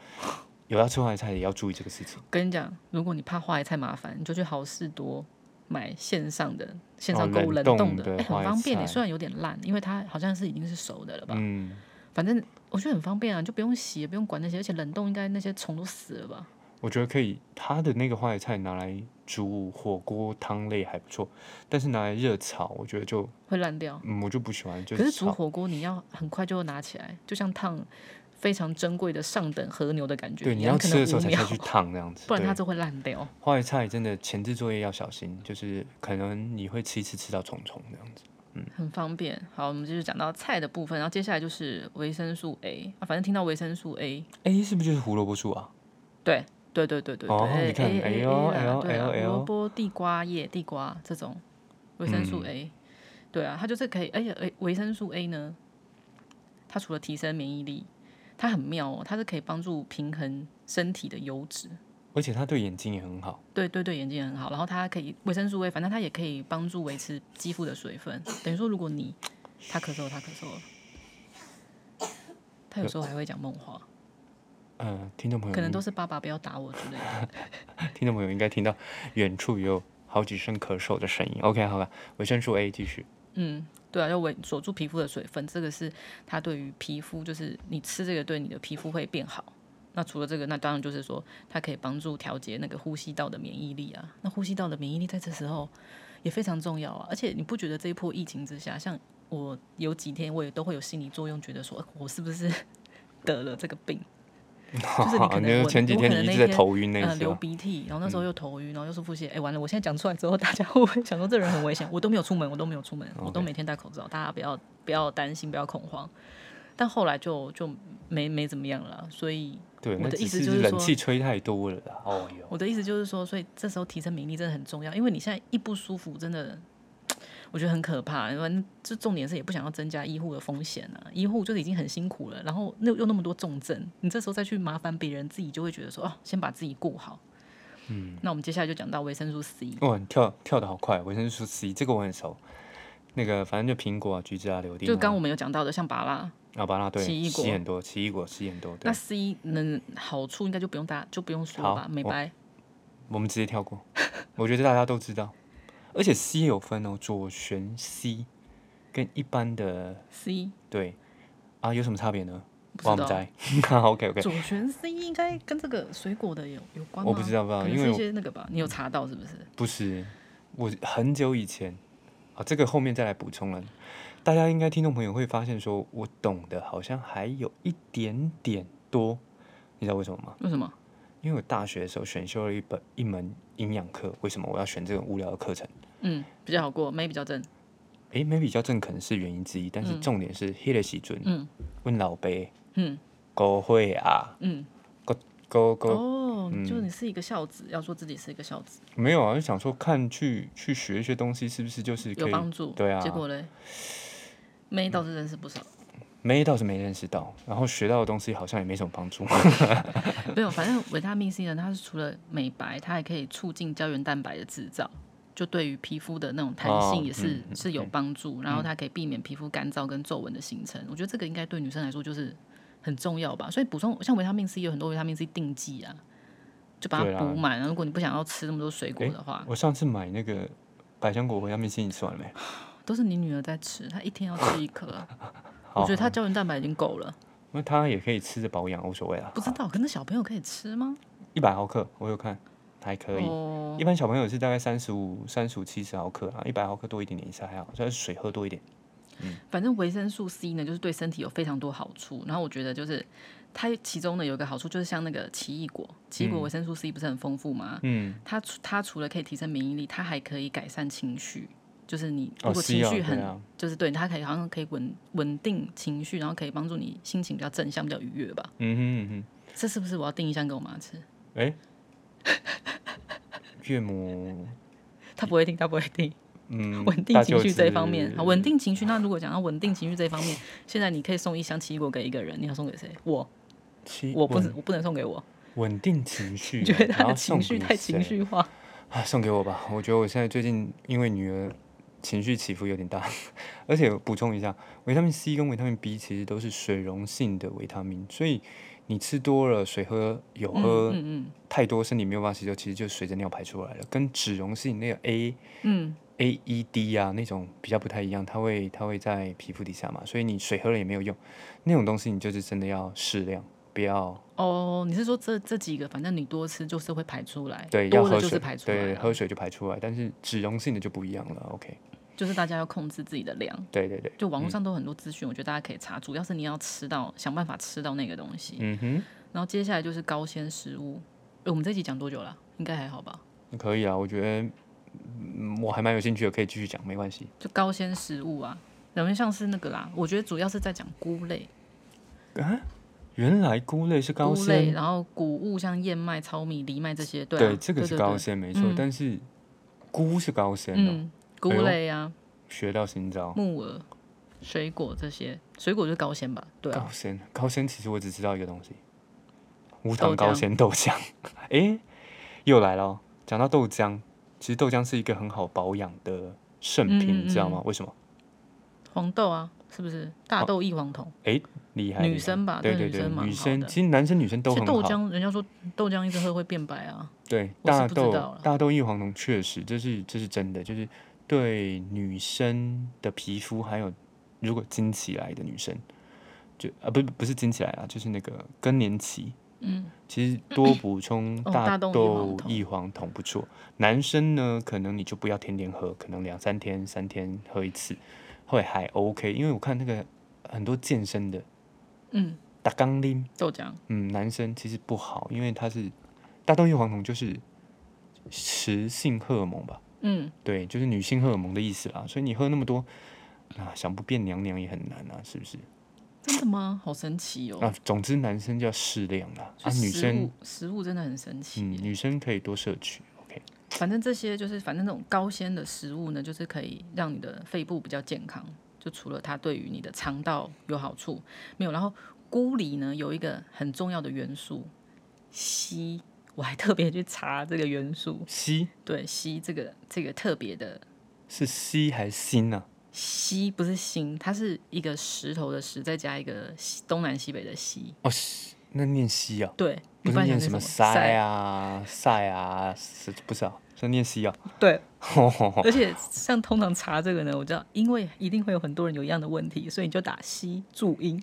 S1: 有要吃花椰菜，也要注意这个事情。
S2: 跟你讲，如果你怕花椰菜麻烦，你就去好事多买线上的线上
S1: 哦
S2: 购物
S1: 冷
S2: 冷
S1: 冻
S2: 冻
S1: 的
S2: 哎、
S1: 花椰
S2: 很方便的。
S1: 菜
S2: 虽然有点烂，因为它好像是已经是熟的了吧，
S1: 嗯，
S2: 反正我觉得很方便啊，你就不用洗，也不用管那些，而且冷冻应该那些虫都死了吧？
S1: 我觉得可以，它的那个花椰菜拿来煮火锅汤类还不错，但是拿来热炒，我觉得就
S2: 会烂掉。
S1: 嗯我就不喜欢，就
S2: 可是煮
S1: 炒
S2: 火锅你要很快就拿起来，就像烫非常珍贵的上等和牛的感觉
S1: 对
S2: 一
S1: 你
S2: 样
S1: 要
S2: 可
S1: 吃
S2: 能
S1: 的时候
S2: 5
S1: 才
S2: 秒
S1: 下去烫这样子，
S2: 不然它
S1: 对。
S2: 就会烂掉。
S1: 花椰菜真的前置作业要小心，就是可能你会吃一次吃到虫虫这样子。
S2: 很方便。好，我们就是讲到菜的部分，然后接下来就是维生素 A 啊，反正听到维生素 A，
S1: A 是不是就是胡萝卜素啊？
S2: 对对对对对对、
S1: 哦
S2: A
S1: 你看
S2: A
S1: 哎
S2: A
S1: 呦
S2: A
S1: 哎呦
S2: 啦，对
S1: 哎
S2: 啊，
S1: 呦哎
S2: 胡
S1: 呦
S2: 萝卜、地瓜叶、地瓜这种维生
S1: 嗯
S2: 素 A，、对啊，它就是可以，而且维维生素 A 呢，它除了提升免疫力，它很妙哦，它是可以帮助平衡身体的油脂。
S1: 而且它对眼睛也很好。
S2: 对对对，眼睛也很好，然后它可以维生素 A，反正它也可以帮助维持肌肤的水分。等于说，如果你他咳嗽了，他咳嗽了，他有时候还会讲梦话，
S1: 呃，听众朋友
S2: 可能都是爸爸不要打我之类的。
S1: 听众朋友应该听到远处有好几声咳嗽的声音。OK，好了，维生素 A 继续。
S2: 嗯，对啊，要维锁住皮肤的水分，这个是它对于皮肤，就是你吃这个对你的皮肤会变好。那除了这个，那当然就是说，它可以帮助调节那个呼吸道的免疫力啊。那呼吸道的免疫力在这时候也非常重要啊。而且你不觉得这一波疫情之下，像我有几天我也都会有心理作用，觉得说呃我是不是 得了这个病？就是你可 能
S1: 就
S2: 我
S1: 前几
S2: 我可能
S1: 你一
S2: 那
S1: 直在
S2: 天
S1: 头晕那
S2: 呃，
S1: 一次啊
S2: 流
S1: 吗，
S2: 鼻涕，然后那时候又头晕，然后又是腹泻。哎、完了，我现在讲出来之后，大家会不会想说这人很危险？我都没有出门，我都没有出门，我都每天戴口罩，大家不要不要担心，不要恐慌。但后来就就没没怎么样了啦，所以
S1: 对，
S2: 我
S1: 那
S2: 的
S1: 只
S2: 意思就是
S1: 冷
S2: 说
S1: 气吹太多了啦。哦哟，
S2: 我的意思就是说，所以这时候提升免疫力真的很重要，因为你现在一不舒服，真的我觉得很可怕。因为这重点是也不想要增加医护的风险啊，医护就是已经很辛苦了，然后那又那么多重症，你这时候再去麻烦别人，自己就会觉得说哦，先把自己顾好。嗯，那我们接下来就讲到维生素 C。
S1: 哇，你跳跳的好快，维生素 C 这个我很熟。那个反正就苹果啊、橘子啊、柳丁
S2: 就
S1: 啊、
S2: 刚我们有讲到的，像芭拉，
S1: 啊巴拉对，
S2: 奇异
S1: 吸
S2: 果
S1: 很多，奇异果吸很多。对
S2: 那，C 能好处应该就不用大，就不用说
S1: 好
S2: 吧，美白。
S1: 我们直接跳过， 我觉得大家都知道。而且 C 有分哦，左旋 C 跟一般的
S2: C
S1: 对啊有什么差别呢？
S2: 不
S1: 我
S2: 知
S1: 们
S2: 道，
S1: 在 啊 OK OK，
S2: 左旋 C 应该跟这个水果的有有关吗？
S1: 我不知道不知道
S2: 可能
S1: 因
S2: 是
S1: 为
S2: 一
S1: 我
S2: 些那个吧，你有查到是不是？
S1: 不是，我很久以前啊，这个后面再来补充了。大家应该听众朋友会发现说我懂的好像还有一点点多，你知道为什么吗？
S2: 为什么？
S1: 因为我大学的时候选修了一本一门营养课，为什么我要选这种无聊的课程？
S2: 嗯，比较好过，眉比较正。
S1: 诶 m a y b e 较正可能是原因之一，但是重点是迄个时阵，
S2: 嗯
S1: 阮老爸
S2: 嗯
S1: 高血啊，
S2: 嗯，
S1: 高高、
S2: 哦，
S1: 嗯
S2: 就你是一个孝子，要说自己是一个孝子，
S1: 没有啊，就想说看去去学一些东西，是不是就是
S2: 有
S1: 可以
S2: 帮助。
S1: 对啊
S2: 结果嘞，眉倒是认识 不少。
S1: 没倒是没认识到，然后学到的东西好像也没什么帮助。
S2: 啊没有，反正维他命 C 呢，它是除了美白，它还可以促进胶原蛋白的制造，就对于皮肤的那种弹性
S1: 哦
S2: 也是、是有帮
S1: 嗯
S2: 助。然后它可以避免皮肤干燥跟皱纹的形成。我觉得这个应该对女生来说就是很重要吧。所以补充像维他命 C 有很多维他命 C 定剂啊，就把
S1: 对
S2: 它
S1: 啊
S2: 补满。然后如果你不想要吃那么多水果
S1: 诶
S2: 的话，
S1: 我上次买那个百香果回家面线，你吃完没？
S2: 都是你女儿在吃，她一天要吃一 颗
S1: 哦
S2: 啊、我觉得她胶原蛋白已经够了，
S1: 那它也可以吃着保养，无所谓啦
S2: 不。知道，可是小朋友可以吃吗？
S1: 一百毫克，我有看，还可以。
S2: 哦，
S1: 一般小朋友是大概三十五、三十五、七十毫克啊，一百毫克多一点点以下还好，所以水喝多一点。嗯
S2: 反正维生素 C 呢，就是对身体有非常多好处。然后我觉得就是它其中呢有一个好处，就是像那个奇异果，奇异果维生素 C 不是很丰富吗？
S1: 嗯，
S2: 它除它除了可以提升免疫力，它还可以改善情绪。就是你
S1: 哦
S2: 如果情
S1: C 啊
S2: 绪很，
S1: 对啊
S2: 就是对它可以好像可以稳稳定情绪，然后可以帮助你心情比较正向、比较愉悦吧。
S1: 嗯哼嗯哼。
S2: 这是不是我要订一箱给我妈吃？
S1: 哎、岳母，
S2: 她不会订，她不会订。
S1: 嗯，
S2: 稳定
S1: 大
S2: 情
S1: 舅
S2: 绪
S1: 子
S2: 这一方面，好，稳定情绪。那如果讲到稳定情绪这一方面，现在你可以送一箱奇异果给一个人，你要送给谁？我，
S1: 其
S2: 我不
S1: 稳
S2: 是，我不能送给我。
S1: 稳定情绪
S2: 你
S1: 啊，
S2: 觉得
S1: 然
S2: 他的
S1: 后
S2: 情
S1: 送
S2: 绪
S1: 给
S2: 太情
S1: 谁
S2: 绪化，
S1: 啊，送给我吧。我觉得我现在最近因为女儿情绪起伏有点大， 而且我补充一下，维他命 C 跟维他命 B 其实都是水溶性的维他命，所以你吃多了，水喝有喝、
S2: 嗯嗯
S1: 太多，身体没有办法吸收，其实就随着尿排出来了，跟脂溶性那个 A
S2: 嗯，
S1: AED 啊那种比较不太一样，它会它会在皮肤底下嘛，所以你水喝了也没有用，那种东西你就是真的要适量。不要
S2: 哦，你是说这这几个，反正你多吃就是会排出来，
S1: 对，要
S2: 哎多
S1: 喝
S2: 了就
S1: 水
S2: 是排，出来
S1: 对，
S2: 了，
S1: 喝水就排出来，但是脂溶性的就不一样了。OK，
S2: 就是大家要控制自己的量。
S1: 对对嗯对，
S2: 就网络上都有很多资讯，我觉得大家可以查，主要是你要吃到，想办法吃到那个东西。
S1: 嗯哼。
S2: 然后接下来就是高纤食物，诶我们这一集讲多久了啊？应该还好吧？
S1: 可以啊，我觉得、嗯、我还蛮有兴趣的，可以继续讲，没关系。
S2: 就高纤食物啊，然后像是那个啦，我觉得主要是在讲菇类，
S1: 原来菇类是高
S2: 菇类，
S1: 纤，
S2: 然后谷物像燕麦、糙米、藜麦这些，对啊、对
S1: 这个是
S2: 对
S1: 高
S2: 对
S1: 纤哦没错，但是菇是高纤哦、
S2: 嗯，菇
S1: 哎呦哦
S2: 类啊，
S1: 学到新招。
S2: 木耳、水果这些，水果就是高纤吧？对啊，
S1: 高纤，高纤其实我只知道一个东西，无糖
S2: 豆
S1: 高
S2: 浆
S1: 纤豆浆。 诶，又来了哦。讲到豆浆，其实豆浆是一个很好保养的圣品，
S2: 嗯嗯
S1: 你知道吗？为什么？
S2: 黄豆啊，是不是？大豆异黄酮，
S1: 厉害，
S2: 女
S1: 厉害
S2: 生吧
S1: 对
S2: 对
S1: 对
S2: 女
S1: 对，
S2: 生蛮
S1: 女
S2: 好
S1: 生
S2: 的
S1: 其实男生女生都
S2: 其
S1: 很
S2: 实
S1: 好
S2: 豆。浆，人家说豆浆一直喝会变白啊，
S1: 对，
S2: 我是
S1: 大
S2: 不知
S1: 豆
S2: 道啦
S1: 大豆异黄酮确实，这是这是真的，就是对女生的皮肤，还有如果经期来的女生，就啊不不是经期来啊，就是那个更年期，嗯，其实多补充
S2: 哦
S1: 嗯大
S2: 大豆异黄
S1: 豆
S2: 酮
S1: 异黄酮不错。男生呢，可能你就不要天天喝，可能两三天、三天喝一次，会还 OK，因为我看那个很多健身的
S2: 嗯，
S1: 打钢铃。
S2: 豆浆，
S1: 嗯，男生其实不好，因为它是大豆异黄酮，就是雌性荷尔蒙吧？
S2: 嗯，
S1: 对，就是女性荷尔蒙的意思啦。所以你喝那么多，啊，想不变娘娘也很难啊，是不是？
S2: 真的吗？好神奇哦！
S1: 啊，总之男生就要适量啦，啊，
S2: 所以
S1: 女
S2: 食
S1: 生
S2: 物食物真的很神奇
S1: 嗯，
S2: 耶，
S1: 女生可以多摄取。OK，
S2: 反正这些就是反正那种高纤的食物呢，就是可以让你的肺部比较健康。就除了它对于你的肠道有好处，没有。然后菇里呢有一个很重要的元素，硒，我还特别去查这个元素。
S1: 硒
S2: 对，硒这个这个特别的
S1: 是硒还是锌啊？
S2: 硒不是锌，它是一个石头的石，再加一个西东南西北的西。
S1: 哦，西那念硒啊，
S2: 对，
S1: 不
S2: 你
S1: 是
S2: 然想
S1: 念
S2: 念
S1: 什么塞
S2: 塞？
S1: 啊、塞啊，是不是啊？是念硒啊？
S2: 对，
S1: 哦，
S2: 而且像通常查这个呢，我知道，因为一定会有很多人有一样的问题，所以你就打“西”注音，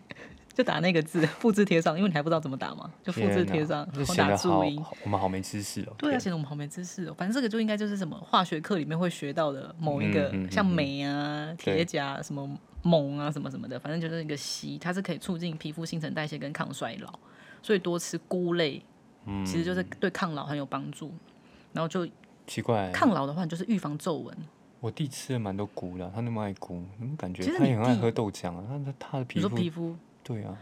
S2: 就打那个字，复制贴上，因为你还不知道怎么打嘛，就复制贴上，
S1: 这
S2: 然后
S1: 显
S2: 打
S1: 得好
S2: 注音。，
S1: 我们好没知识哦。
S2: 对啊，显得我们好没知识哦。反正这个就应该就是什么化学课里面会学到的某一个，
S1: 嗯嗯嗯
S2: 像镁啊、
S1: 对
S2: 铁钾啊、什么锰啊、什么什么的，反正就是一个硒，它是可以促进皮肤新陈代谢跟抗衰老，所以多吃菇类，
S1: 嗯
S2: 其实就是对抗老很有帮助。然后就
S1: 奇怪，
S2: 抗老的话，你就是预防皱纹。
S1: 我弟吃了蛮多菇的，他那么爱菇，怎么感觉
S2: 其实
S1: 他
S2: 你
S1: 也很爱
S2: 弟
S1: 喝豆浆啊？他他他的
S2: 你
S1: 皮
S2: 说
S1: 肤
S2: 皮肤
S1: 对啊，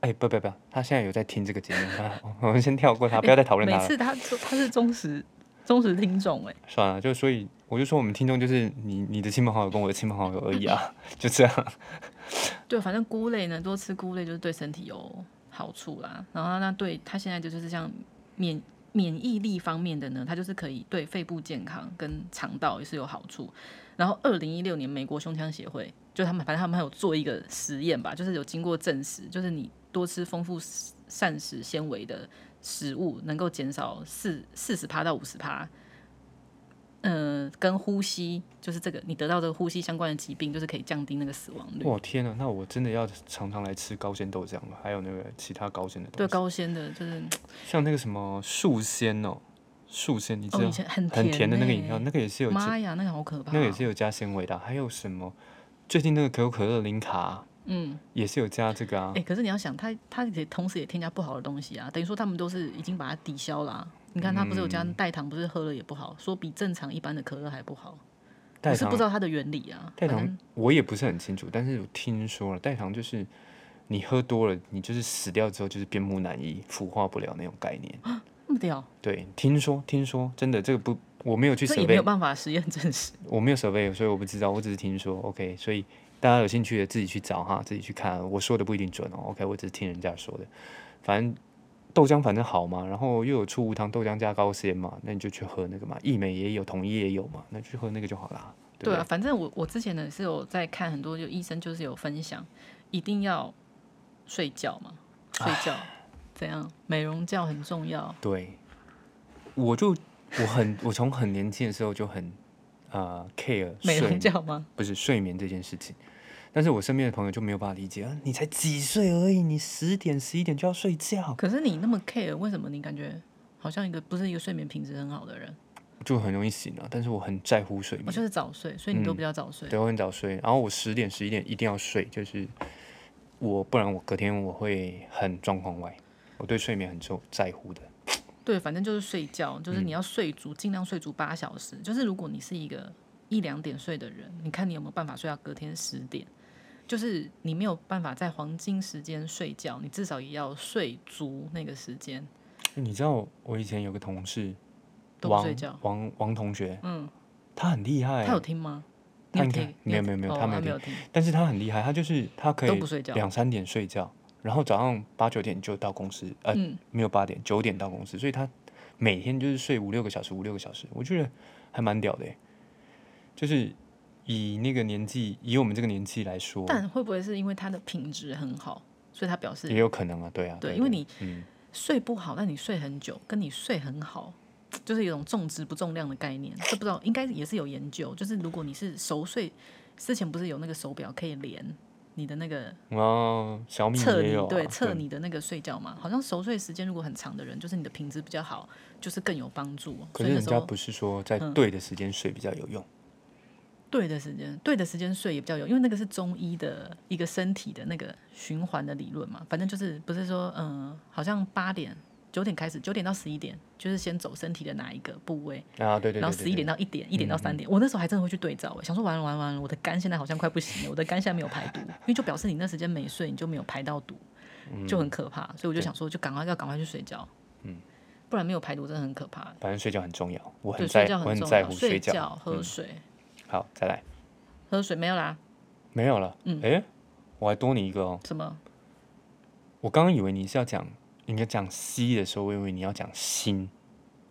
S1: 哎、不不不，他现在有在听这个节目， 他我们先跳过他，不要再讨论
S2: 每
S1: 他了。
S2: 次他说他是忠实忠实听众哎，
S1: 算了，就所以我就说我们听众就是你你的亲朋好友跟我的亲朋好友而已啊， 就这样。
S2: 对，反正菇类呢，多吃菇类就是对身体有好处啦。然后那对他现在就是像免免疫力方面的呢，它就是可以对肺部健康跟肠道也是有好处。然后二零一六年美国胸腔协会就他们反正他们还有做一个实验吧，就是有经过证实，就是你多吃丰富膳食纤维的食物，能够减少四四十趴到五十趴。嗯，跟呼吸就是这个，你得到这个呼吸相关的疾病，就是可以降低那个死亡率。
S1: 我天啊，那我真的要常常来吃高纤豆浆了，还有那个其他高纤的东
S2: 对
S1: 西，
S2: 高纤的，就是
S1: 像那个什么树鲜哦，树鲜你知
S2: 哦，
S1: 道、
S2: 以前很
S1: 很
S2: 甜
S1: 甜的那个饮
S2: 欸
S1: 料，那个也是有
S2: 妈呀，那个好可怕、
S1: 那个也是有加纤维的啊、还有什么？最近那个可口可乐零卡啊、
S2: 嗯，
S1: 也是有加这个啊
S2: 哎、。可是你要想，它它也同时也添加不好的东西啊，等于说他们都是已经把它抵消了啊、你看，它不是有加
S1: 嗯
S2: 代糖，不是喝了也不好，说比正常一般的可乐还不好。
S1: 代
S2: 我是
S1: 糖
S2: 不知道它的原理啊。
S1: 代
S2: 反正
S1: 糖我也不是很清楚，但是我听说了，代糖就是你喝多了，你就是死掉之后就是变木乃伊，腐化不了那种概念。
S2: 那么屌，
S1: 对，听说听说，真的这个不，我没有去
S2: 这
S1: 设
S2: 也没
S1: 备
S2: 有，办法实验证实。
S1: 我没有设备，所以我不知道，我只是听说。OK，所以大家有兴趣的自己去找哈，自己去看，我说的不一定准哦。OK，我只是听人家说的，反正。豆浆反正好嘛，然后又有出无糖豆浆加高纤嘛，那你就去喝那个嘛，益美也有，统一也有嘛，那去喝那个就好啦，对不
S2: 对
S1: 对
S2: 啊，？反正我我之前呢是有在看很多，就医生就是有分享，一定要睡觉嘛，睡觉怎样？美容觉很重要。
S1: 对，我就我很我从很年轻的时候就很啊 care
S2: 美
S1: 睡
S2: 容觉吗？
S1: 不是睡眠这件事情，但是我身边的朋友就没有办法理解啊，你才几岁而已，你十点十一点就要睡觉，
S2: 可是你那么 care，为什么你感觉好像一个不是一个睡眠品质很好的人？
S1: 就很容易醒了、但是我很在乎睡眠
S2: 我，就是早睡，所以你都比较早睡。
S1: 对，我很早睡，然后我十点十一点一定要睡，就是我不然我隔天我会很状况外，我对睡眠很重在乎的。
S2: 对，反正就是睡觉，就是你要睡足，尽量睡足八小时。就是如果你是一个一两点睡的人，你看你有没有办法睡到隔天十点？就是你没有办法在黄金时间睡觉，你至少也要睡足那个时间，
S1: 你知道我以前有个同事
S2: 都不
S1: 王
S2: 睡觉。
S1: 王王同学，
S2: 嗯，
S1: 他很厉害
S2: 他，有听吗？
S1: 他
S2: 你
S1: 应该
S2: 听？
S1: 没有没有没有
S2: 哦
S1: 他没有
S2: 没有听，
S1: 但是他很厉害，他就是他可
S2: 都
S1: 以
S2: 不睡觉。
S1: 两三点睡觉，然后早上八九点就到公司，呃，
S2: 嗯
S1: 没有八点九点到公司，所以他每天就是睡五六个小时，五六个小时，我觉得还蛮屌的欸，就是以那个年纪，以我们这个年纪来说，
S2: 但会不会是因为他的品质很好，所以他表示
S1: 也有可能啊，对啊，
S2: 哦对，因为你
S1: 嗯
S2: 睡不好，但你睡很久，跟你睡很好，就是有一种重质不重量的概念。这不知道应该也是有研究，就是如果你是熟睡，之前不是有那个手表可以连你的那个
S1: 哦，小米
S2: 测
S1: 也
S2: 你
S1: 有啊、
S2: 对测你的那个睡觉嘛？好像熟睡时间如果很长的人，就是你的品质比较好，就是更有帮助。
S1: 可是
S2: 所以那
S1: 人
S2: 时
S1: 家
S2: 候嗯
S1: 不是说在对的时间睡比较有用，
S2: 对的时间，对的时间睡也比较有，因为那个是中医的一个身体的那个循环的理论嘛。反正就是不是说，嗯、好像八点、九点开始，九点到十一点，就是先走身体的哪一个部位，
S1: 啊，对对对
S2: 然后
S1: 对嗯
S2: 十一点到一点，一点到三点。我那时候还真的会去对照、欸，想说完了完了完了，我的肝现在好像快不行了，我的肝现在没有排毒，因为就表示你那时间没睡，你就没有排到毒，
S1: 嗯
S2: 就很可怕。所以我就想说，就赶快要赶快去睡觉，不然没有排毒真的很可怕、欸。
S1: 反正睡觉很重要，嗯我很
S2: 对，
S1: 在
S2: 睡觉
S1: 我很
S2: 重
S1: 在
S2: 要，
S1: 乎
S2: 睡
S1: 睡觉。嗯
S2: 觉、喝水、
S1: 好，再来，
S2: 喝水没有啦，
S1: 没有了。嗯，哎，我还多你一个哦。
S2: 什么？
S1: 我刚刚以为你是要讲，应该讲 C 的时候，我以为你要讲心，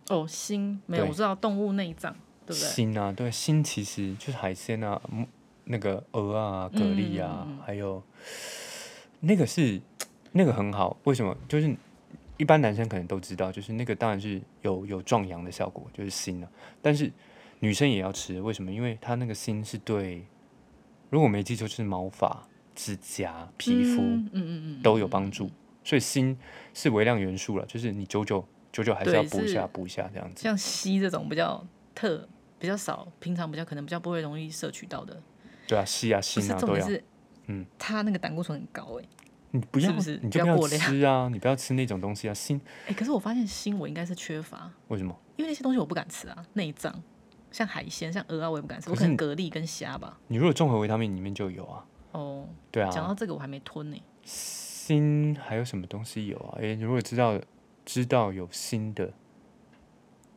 S2: 哦，心没有，
S1: 对
S2: 我知道动物内脏，对不对？
S1: 心啊，对，心其实就是海鲜啊，嗯那个鹅啊、蛤蜊啊，
S2: 嗯
S1: 还有那个是那个很好，为什么？就是一般男生可能都知道，就是那个当然是有有壮阳的效果，就是锌啊，但是女生也要吃，为什么？因为它那个锌是对，如果没记错是毛发、指甲、皮肤。
S2: 嗯嗯嗯嗯，
S1: 都有帮助。所以锌是微量元素了，就是你久久久久还是
S2: 对
S1: 要补一下
S2: 是
S1: 补一下这样子。
S2: 像硒这种比较特、比较少，平常比较可能比较不会容易摄取到的，
S1: 对啊，硒啊、
S2: 不是
S1: 锌啊
S2: 重
S1: 都
S2: 点
S1: 要。
S2: 是，
S1: 嗯，
S2: 它那个胆固醇很高哎、
S1: 你不要，
S2: 是不是
S1: 你就
S2: 不
S1: 不
S2: 要
S1: 要
S2: 过量
S1: 吃啊！你 不要吃那种东西啊，锌
S2: 哎、可是我发现锌我应该是缺乏，
S1: 为什么？
S2: 因为那些东西我不敢吃啊，内脏。像海鲜、像鹅啊，我也不敢吃，我
S1: 可
S2: 可
S1: 是
S2: 能
S1: 你
S2: 蛤蜊跟虾吧。
S1: 你如果综合维他命里面就有啊，
S2: 哦，
S1: 对
S2: 讲
S1: 啊，
S2: 到这个我还没吞呢、欸
S1: 锌还有什么东西有啊？诶，如果知道知道有锌的，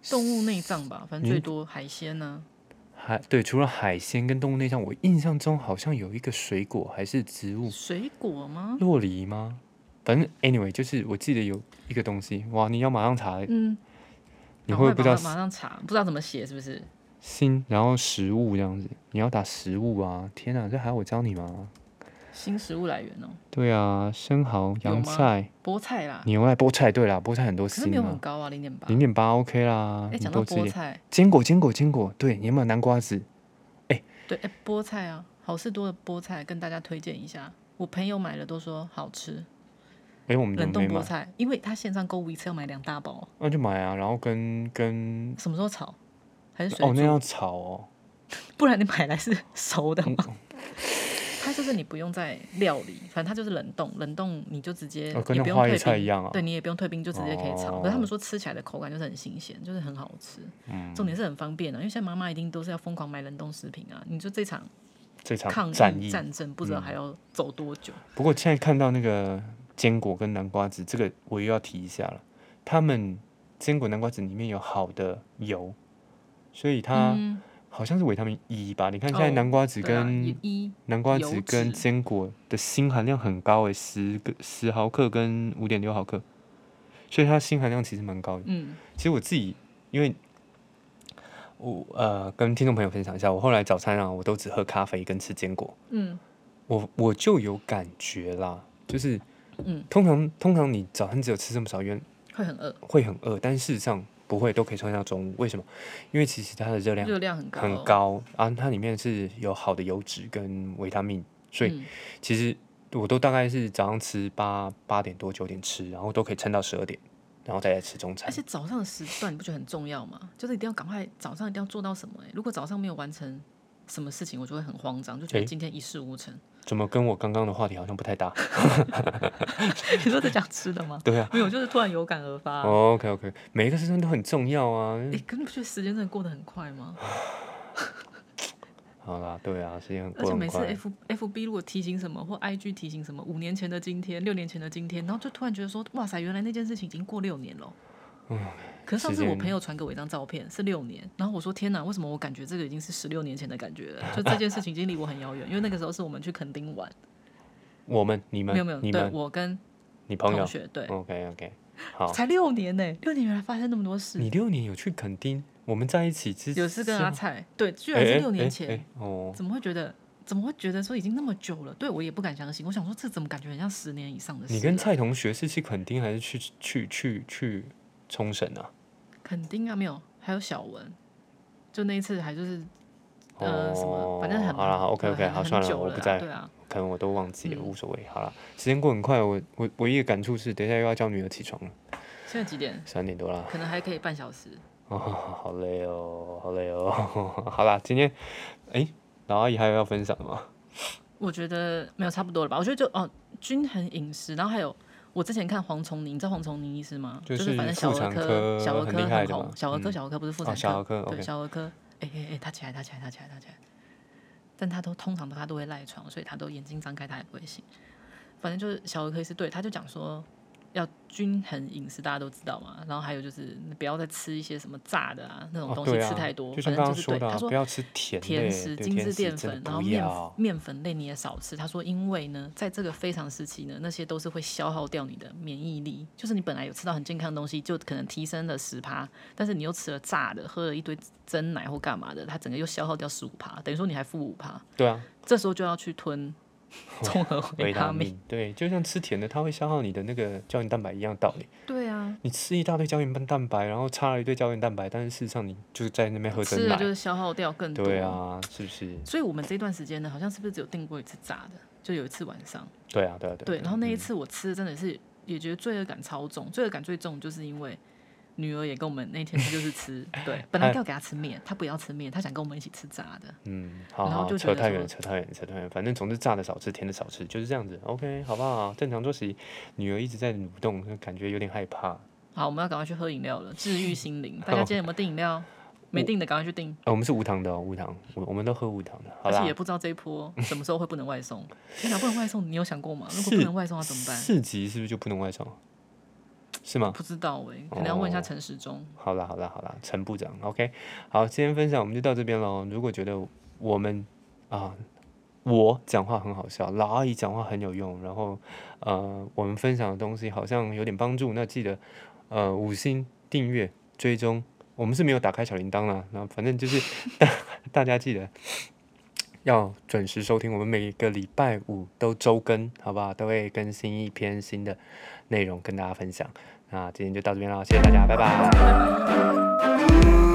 S2: 动物内脏吧，反正
S1: 你
S2: 最多海鲜啊呢、
S1: 还对，除了海鲜跟动物内脏，我印象中好像有一个水果还是植物，
S2: 水果吗？
S1: 洛梨吗？反正 anyway 就是我记得有一个东西，哇，你要马上查，
S2: 嗯，
S1: 你
S2: 赶
S1: 会
S2: 快
S1: 不知
S2: 把
S1: 道
S2: 它马上查，不知道怎么写是不是？
S1: 新，然后食物这样子，你要打食物啊！天哪，这还要我教你吗？
S2: 新食物来源哦、
S1: 对啊，生蚝、
S2: 有
S1: 洋
S2: 吗
S1: 菜、
S2: 菠菜啦，
S1: 牛奶、菠菜。对啦，菠菜很多
S2: 可是没有
S1: 锌
S2: 很
S1: 啊，
S2: 高啊，零点八。
S1: 零点八 OK 啦，
S2: 哎，
S1: 你
S2: 讲到
S1: 多吃一
S2: 菠
S1: 点。
S2: 菜，
S1: 坚果，坚果，坚果，对，你有没有南瓜子？
S2: 对，哎，菠菜啊，好事多的菠菜跟大家推荐一下。我朋友买了都说好吃，
S1: 哎，我们怎
S2: 冷
S1: 么
S2: 冻
S1: 没
S2: 菠
S1: 买？
S2: 菜，因为他线上购物一次要买两大包，
S1: 那就买啊，然后跟跟
S2: 什么时候炒？还是水
S1: 哦，那
S2: 煮？
S1: 要炒哦。
S2: 不然你买来是熟的
S1: 嗯
S2: 吗？它就是你不用再料理，反正它就是冷冻，冷冻你就直接
S1: 哦跟
S2: 也
S1: 那
S2: 不用
S1: 花椰
S2: 退
S1: 菜
S2: 冰
S1: 一样啊
S2: 对你也不用退冰，就直接可以炒。可是他
S1: 哦
S2: 们说吃起来的口感就是很新鲜，就是很好吃。
S1: 嗯
S2: 重点是很方便啊的、因为现在妈妈一定都是要疯狂买冷冻食品啊。你就这场
S1: 这
S2: 抗
S1: 场战
S2: 疫
S1: 役，嗯
S2: 战争不知道还要走多久。
S1: 不过现在看到那个坚果跟南瓜子，这个我又要提一下了。他们坚果、南瓜子里面有好的油，所以它、
S2: 嗯，
S1: 好像是维他命 E 吧？你看现在
S2: 哦
S1: 南瓜子
S2: 对啊，
S1: 跟、
S2: 也一
S1: 南瓜
S2: 油
S1: 子跟
S2: 脂
S1: 坚果的锌含量很高诶、十个十毫克跟五点六毫克，所以它锌含量其实蛮高的。
S2: 嗯，
S1: 其实我自己因为我呃跟听众朋友分享一下，我后来早餐啊我都只喝咖啡跟吃坚果，
S2: 嗯，
S1: 我我就有感觉啦，就是
S2: 嗯
S1: 通常通常你早餐只有吃这么少，原
S2: 会很饿，
S1: 会很饿，但事实上不会，都可以撑到中午。为什么？因为其实它的热量
S2: 热量很高，
S1: 很高啊，它里面是有好的油脂跟维他命所
S2: 嗯
S1: 以其实我都大概是早上吃八八点多九点吃，然后都可以撑到十二点，然后再来吃中餐
S2: 而。且早上的时段你不觉得很重要吗？就是一定要赶快早上一定要做到什么、欸？如果早上没有完成什么事情，我就会很慌张，就觉得
S1: 诶
S2: 今天一事无成。
S1: 怎么跟我刚刚的话题好像不太搭？
S2: 你说在讲吃的吗？
S1: 对啊。
S2: 没有，就是突然有感而发。
S1: o k OK，每一个时段都很重要啊。
S2: 哎、可你不觉得时间真的过得很快吗？
S1: 好啦，对啊，时间很
S2: 而
S1: 过
S2: 且
S1: 得
S2: 每
S1: 很
S2: 次
S1: 快。
S2: F F B 如果提醒什么，或 I G 提醒什么，五年前的今天，六年前的今天，然后就突然觉得说，哇塞，原来那件事情已经过六年了。可是上次
S1: 嗯时
S2: 我
S1: 间
S2: 朋友传给我一张照片，是六年，然后我说天哪，为什么我感觉这个已经是十六年前的感觉了？就这件事情已经离我很遥远，因为那个时候是我们去垦 丁玩，
S1: 我们、你们、
S2: 没有没有，
S1: 你
S2: 对
S1: 们、
S2: 我跟
S1: 你朋友哦
S2: 同学，对，
S1: ，OK OK，好。
S2: 才六年呢、六年原来发生那么多事，
S1: 你六年有去垦丁？我们在一起之
S2: 有是跟
S1: 是
S2: 阿
S1: 吗
S2: 菜，对，居
S1: 哎
S2: 然是
S1: 哎
S2: 六年
S1: 哎
S2: 前，
S1: 哎哦，
S2: 怎么会觉得？怎么会觉得说已经那么久了？对我也不敢相信。我想说，这怎么感觉很像十年以上的事了？啊
S1: 你跟蔡同学是去垦丁还是去去去去冲绳啊？
S2: 肯定啊，没有，还有小文，就那一次还就是呃什么，反正很
S1: 哦好了，好 OK
S2: 对
S1: OK，
S2: 很
S1: 好
S2: 很
S1: 算了，
S2: 久
S1: 我
S2: 了
S1: 不
S2: 啊
S1: 在，
S2: 对啊，
S1: 可能我都忘记了，
S2: 嗯
S1: 无所谓。好了，时间过很快，我我唯一的感触是，等一下又要叫女儿起床了，
S2: 现在几点？
S1: 三点多啦，
S2: 可能还可以半小时。
S1: 哦， 好累哦，好累哦。 好啦，今天哎，老阿姨还有要分享的吗？
S2: 我觉得没有差不多了吧？我觉得就哦，均衡饮食，然后还有我之前看黄崇宁，你知道黄崇宁医师吗？
S1: 就
S2: 就是反正小
S1: 妇
S2: 儿
S1: 产科
S2: 小儿
S1: 很
S2: 科
S1: 厉害的嘛
S2: 红，小儿科
S1: 嗯
S2: 小儿科不是妇
S1: 哦
S2: 产
S1: 小儿科
S2: 对
S1: OK
S2: 小儿科，哎哎哎，他起来他起来他起来他起来，但他都通常他都会赖床，所以他都眼睛张开他也不会醒。反正就是小儿科医师对他就讲说。要均衡饮食，大家都知道嘛。然后还有就是，不要再吃一些什么炸的啊，那种
S1: 哦，
S2: 东西
S1: 对啊
S2: 吃太多。
S1: 就像
S2: 反正
S1: 刚刚
S2: 就是
S1: 说
S2: 对
S1: 的、
S2: 他
S1: 啊，
S2: 说
S1: 不要吃甜类
S2: 甜食、
S1: 对
S2: 精致
S1: 食
S2: 淀
S1: 真的
S2: 粉，
S1: 不
S2: 然后面
S1: 要。
S2: 面粉类你也少吃。他说，因为呢，在这个非常时期呢，那些都是会消耗掉你的免疫力。就是你本来有吃到很健康的东西，就可能提升了十趴，但是你又吃了炸的，喝了一堆真奶或干嘛的，它整个又消耗掉十五趴，等于说你还负五趴。
S1: 对 啊，
S2: 这时候就要 去吞综合维
S1: 维他
S2: 命。
S1: 命，对，就像吃甜的，它会消耗你的那个胶原蛋白一样道理。
S2: 对啊，
S1: 你吃一大堆胶原蛋白，然后插了一堆胶原蛋白，但是事实上你就是在那边喝
S2: 吃
S1: 真
S2: 了
S1: 奶。
S2: 就是消耗掉更多。
S1: 对啊，是不是？
S2: 所以我们这段时间呢，好像是不是只有订过一次炸的？就有一次晚上。
S1: 对啊，对啊，
S2: 对，
S1: 啊
S2: 然后那一次我吃的真的是也觉得罪恶感超重，罪恶感最重就是因为女儿也跟我们那天她就 是吃，对，
S1: 哎
S2: 本来要给她吃面，她不要吃面，她想跟我们一起吃炸的，
S1: 嗯，好
S2: 然后
S1: 好，
S2: 就觉
S1: 扯
S2: 得
S1: 太
S2: 说
S1: 远，扯太远，扯太远。反正总之炸的少吃，甜的少吃，就是这样子。OK，好不好？正常作息。女儿一直在蠕动，就感觉有点害怕。
S2: 好，我们要赶快去喝饮料了，治愈心灵。大家今天有没有订饮料？没订的赶快去订，
S1: 呃，我们是无糖的哦，无糖，我我们都喝无糖的。好
S2: 而且
S1: 啦
S2: 也，不知道这 一波什么时候会不能外送。天哪，不能外送，你有想过吗？如果
S1: 是
S2: 不能外送要啊怎么办？
S1: 四级是不是就不能外送？是吗？
S2: 不知道哎、可能要问一下
S1: 哦
S2: 陈时中。
S1: 好啦好啦好啦，陈部长，OK，好，今天分享我们就到这边喽。如果觉得我们啊、我讲话很好笑，老阿姨讲话很有用，然后呃，我们分享的东西好像有点帮助，那记得呃五星订阅追踪，我们是没有打开小铃铛啦，那反正就是 大大家记得。要准时收听，我们每个礼拜五都周更，好不好？都会更新一篇新的内容跟大家分享。那今天就到这边了，谢谢大家，拜拜。
S2: 拜拜。